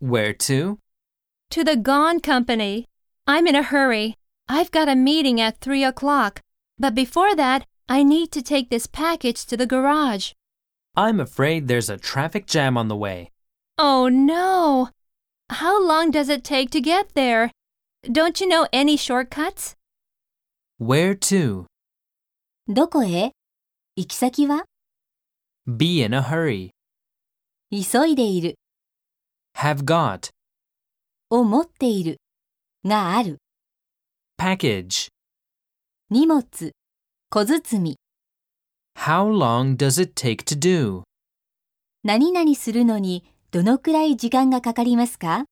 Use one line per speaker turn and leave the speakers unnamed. Where to?
To the Gone Company. I'm in a hurry. I've got a meeting at three o'clock. But before that, I need to take this package to the garage.
I'm afraid there's a traffic jam on the way.
Oh no! How long does it take to get there? Don't you know any shortcuts?
Where to?
どこへ行き先は
Be in a hurry.
急いでいる
Have got.
を持っているがある
Package.
荷物小包み
How long does it take to do?
何々するのにどのくらい時間がかかりますか